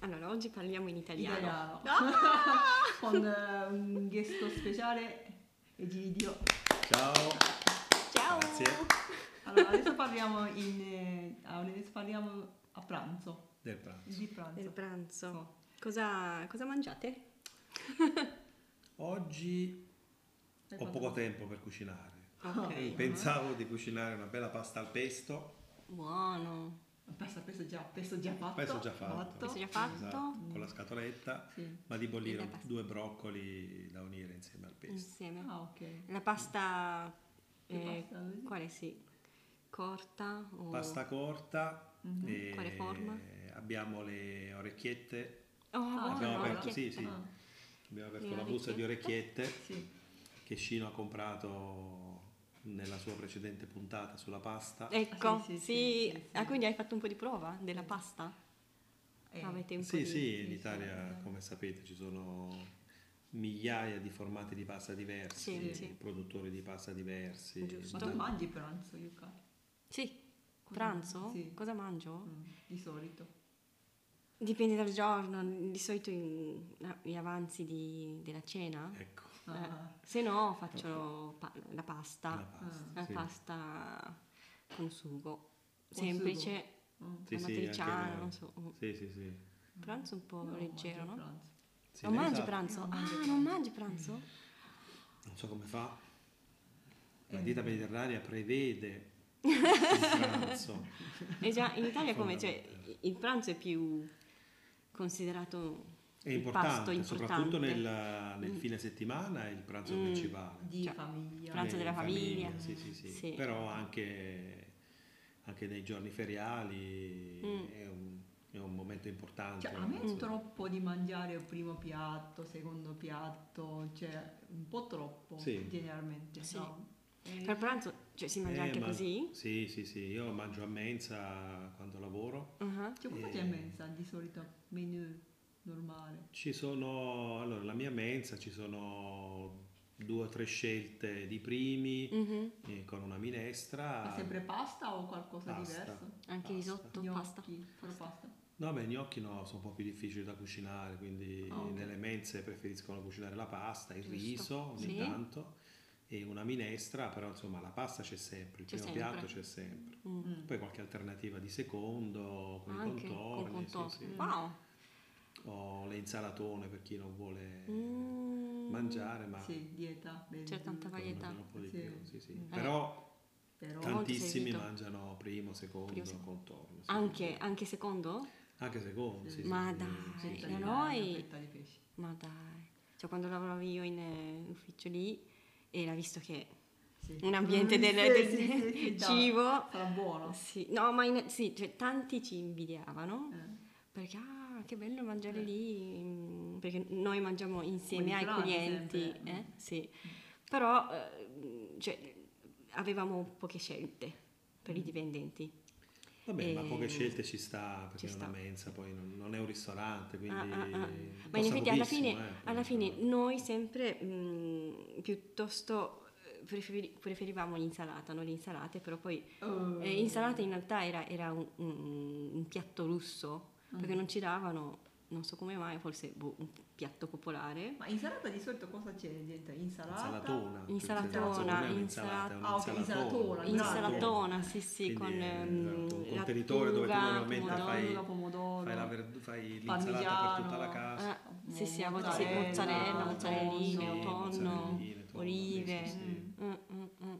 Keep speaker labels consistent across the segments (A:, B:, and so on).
A: Allora, oggi parliamo in italiano.
B: italiano.
A: Ah!
B: Con eh, un guest speciale, Egidio.
C: Ciao.
A: Ciao!
C: Grazie.
B: Allora, adesso parliamo in... eh, adesso parliamo a pranzo,
C: Del pranzo.
B: di pranzo.
A: Del pranzo.
B: No.
A: Cosa, cosa mangiate?
C: Oggi
B: Del
C: ho
B: pranzo.
C: poco tempo per cucinare.
A: Ok.
C: Pensavo di cucinare una bella pasta al pesto,
A: Buono.
B: Pesto, pesto già, pesto già fatto.
C: Pesto già fatto.
A: Questo già fatto?
C: esatto, con la scatoletta,
B: Sì.
C: ma di bollire
A: E la pasta.
C: due broccoli da unire insieme al pesto.
A: Insieme.
B: Ah, ok.
A: La pasta...
B: Che
A: eh,
B: pasta così?
A: quale sì? Corta o... Oh,
C: Pasta corta.
B: Mhm.
C: e
A: Quale forma?
C: Abbiamo le orecchiette.
A: Oh, buono,
C: abbiamo
A: no,
C: aperto,
A: ok.
C: sì, sì.
B: Ah,
C: Abbiamo
A: Le
C: aperto una busta di orecchiette
B: sì.
C: che Shino ha comprato nella sua precedente puntata sulla pasta.
A: Ecco,
B: sì, sì,
A: sì.
B: sì, sì, sì.
A: Ah, quindi hai fatto un po' di prova della pasta?
B: Eh,
A: Avete un po'
C: Sì,
A: di...
C: sì, in
B: sì,
C: Italia,
B: sì.
C: come sapete, ci sono migliaia di formati di pasta diversi,
A: Sì, sì.
C: produttori di pasta diversi.
A: Giusto.
B: Ma
C: ma-
B: tu mangi pranzo, Yuka?
A: Sì.
B: Cosa-
A: Pranzo?
B: sì.
A: Cosa mangio?
B: Mm, Di solito.
A: Dipende dal giorno, di solito in- gli avanzi di- della cena.
C: Ecco,
B: Ah,
A: Eh, se no faccio pa- la pasta, eh,
C: la pasta.
A: la
C: sì.
A: pasta con sugo,
B: Con
A: semplice,
B: mm.
C: Sì, sì,
A: amatriciana,
C: anche noi.
A: non so. mm.
C: Sì, sì, sì.
A: Pranzo un po'
B: Io non
A: leggero,
B: mangio
A: no?
B: il pranzo.
C: Sì, esatto.
A: Non
C: lei
A: mangi
C: sa-
A: pranzo?
B: Io
A: ah,
B: non mangio
A: non
B: pranzo.
A: mangi pranzo?
C: Non so come fa. La
A: Mm.
B: Eh.
C: dieta mediterranea prevede il pranzo.
A: E già in Italia come? Cioè,
C: Fondamentale.
A: il pranzo è più considerato...
C: È
A: il pasto
C: importante,
A: è
C: soprattutto nel,
A: Mm.
C: nel fine settimana è il pranzo
A: Mm.
C: principale.
B: Di
A: Cioè,
B: famiglia.
A: pranzo
C: Eh,
A: della
C: in
A: famiglia.
C: Ah, Sì, sì, sì.
A: Sì.
C: Però anche, anche nei giorni feriali
A: Mm.
C: è, un, è un momento importante.
B: Cioè, a me è
C: Sì.
B: troppo di mangiare il primo piatto, secondo piatto, cioè un po' troppo
C: Sì.
B: generalmente.
A: Sì.
B: no? Eh,
A: Per pranzo cioè, si mangia
C: Eh,
A: anche
C: ma-
A: così?
C: Sì, sì, sì. Io mangio a mensa quando lavoro.
A: Ah,
B: cioè, come
C: eh.
B: c'è mensa di solito? Menu normale.
C: Ci sono, allora, la mia mensa ci sono due o tre scelte di primi
A: mhm.
C: eh, con una minestra.
B: Ma sempre pasta o qualcosa di
C: Ah. Pasta.
B: diverso?
A: Anche
C: Pasta.
A: risotto, pasta.
B: Gnocchi, solo pasta.
C: No, beh, i gnocchi no, sono un po' più difficili da cucinare, quindi
B: Ah, ok.
C: nelle mense preferiscono cucinare la pasta, il
A: Giusto.
C: riso ogni
A: Sì.
C: tanto e una minestra, però insomma la pasta c'è sempre, il
A: C'è
C: primo
A: sempre.
C: piatto c'è sempre.
A: Mm.
B: Mm.
C: Poi qualche alternativa di secondo, con
A: Anche
C: i
A: con
C: contorni,
A: contorno.
C: sì, sì.
A: Wow.
C: o le insalatone per chi non vuole
A: Mm.
C: Eh, mangiare, ma
B: Sì, dieta. vedi,
A: C'è tanta
B: mm,
A: varietà.
C: mangiano un po' di
B: Sì.
C: più, sì, sì.
B: Mm.
C: Però
B: Però
A: Molto
C: tantissimi
A: servito.
C: mangiano primo, secondo,
A: Primo, secondo.
C: contorno. sì.
A: Anche, anche secondo?
C: Anche secondo, sì.
B: Sì.
C: sì,
A: Ma
C: sì,
A: dai,
C: sì, sì.
A: da
B: italiana,
A: noi-
B: fetta di pesce.
A: Ma dai. Cioè quando lavoravo io in eh, ufficio lì era visto che
B: Sì.
A: un ambiente
B: Mm,
A: del, del-
B: sì, sì, sì, sì, dai.
A: cibo.
B: Sarà buono.
A: Sì, no, ma in- sì, cioè, tanti ci invidiavano
B: Eh.
A: perché ah, che bello mangiare
B: Eh.
A: lì, mm, perché noi mangiamo insieme
B: Con i
A: ai
B: frati
A: clienti,
B: sempre,
A: eh,
B: mm.
A: sì. Però eh, cioè, avevamo poche scelte per
B: Mm.
A: i dipendenti.
C: Vabbè, ma
A: E-
C: poche scelte ci sta perché
A: Ehm, ci
C: è una
A: sta.
C: mensa, poi non, non è un ristorante, quindi...
A: Ah, ah, ah. Ma in
C: costa
A: effetti alla
C: pochissimo,
A: fine,
C: eh, poi,
A: alla fine
C: però.
A: noi sempre mh, piuttosto eh, preferi- preferivamo l'insalata, non le insalate, però poi
B: Oh.
A: eh, insalata in realtà era, era un, un- un piatto lusso,
C: Ah.
A: perché
B: Mm.
A: non ci davano, non so come mai, forse boh, un piatto popolare.
B: Ma insalata di solito cosa c'è dentro? Insalata?
C: Insalatona.
A: Insalatona,
C: Insalatona, è
A: insalat-
C: un'insalata, è
B: Ah, ok, insalatona,
C: un'insalatona.
A: Insalatona, sì sì,
C: Quindi,
A: con
C: eh,
A: ehm,
C: esatto, un
A: lattuga,
C: contenitore dove tu normalmente
B: La
A: pomodoro.
C: fai-
B: verdura, pomodoro.
C: Fai, la verdu- fai l'insalata per
B: Parmigiano.
C: tutta la casa.
A: Ah, sì, sì, a volte sì,
B: Mm,
A: mozzarella,
B: Mozzarella,
C: Sì,
A: mozzarelline,
B: tonno.
A: tonno,
C: mozzarelline, tonno,
A: olive.
C: sì, sì, sì.
B: Mm.
A: Mm, mm, mm.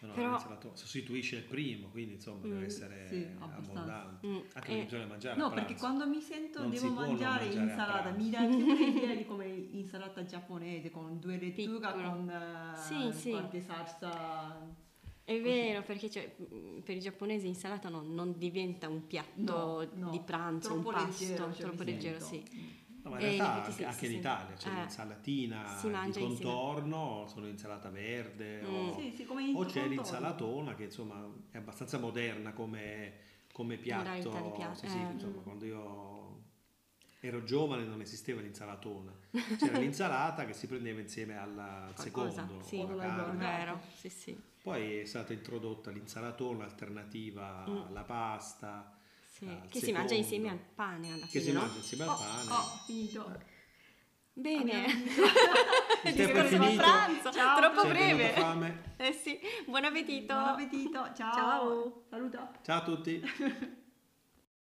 C: Ah, No, no,
A: Però-
C: l'insalatona sostituisce il primo, quindi insomma
A: Mm,
C: deve essere
B: sì, abbastanza.
C: abbondante.
A: Mm,
C: Anche
A: eh,
C: perché bisogna mangiare a
B: No, perché
C: pranzo.
B: quando mi sento
C: Non
B: devo
C: si può non
B: mangiare,
C: mangiare a
B: insalata,
C: pranzo.
B: mi dà sempre l'idea di come insalata giapponese con due lettuga,
A: Piccolo.
B: con eh,
A: Sì, sì.
B: qualche salsa.
A: È vero, perché cioè, mh, per i giapponesi insalata no- non diventa un piatto
B: No, no,
A: di pranzo,
B: troppo
A: un pasto,
B: leggero, cioè,
A: troppo
B: mi
A: leggero, sì.
B: sento.
C: No, ma
A: Eh,
C: in
A: in
C: realtà
A: effetti sì,
C: anche
A: sì,
C: in
A: sì.
C: Italia c'è
A: Eh.
C: l'insalatina
A: Si mangia
C: di
A: insieme.
C: contorno, sono insalata verde
A: Mm.
C: o,
B: Sì, sì, come
C: Oh. o c'è
B: insalata.
C: l'insalatona che insomma è abbastanza moderna come, come piatto.
A: Modalità di piatto,
C: Sì, sì,
A: eh.
C: insomma, quando io ero giovane non esisteva l'insalatona, c'era l'insalata che si prendeva insieme alla- al
A: Qualcosa,
C: secondo.
A: sì. eh.
C: o alla carne.
A: È vero, sì, sì. Mm.
C: Poi è stata introdotta l'insalatona alternativa alla pasta.
A: Sì,
C: al
A: che si
C: secondo.
A: mangia insieme al pane alla
C: Che
A: fine,
C: si
A: no?
C: mangia insieme al
B: Oh,
C: pane.
B: oh, finito.
A: Bene,
B: Abbiamo
C: Il
A: Discorso
C: tempo è
A: a
C: finito.
A: pranzo,
B: Ciao,
A: troppo
C: Sei venuta
A: breve.
C: fame?
A: Eh sì, buon appetito.
B: Buon appetito, ciao.
A: Ciao.
B: Saluta.
C: Ciao a tutti.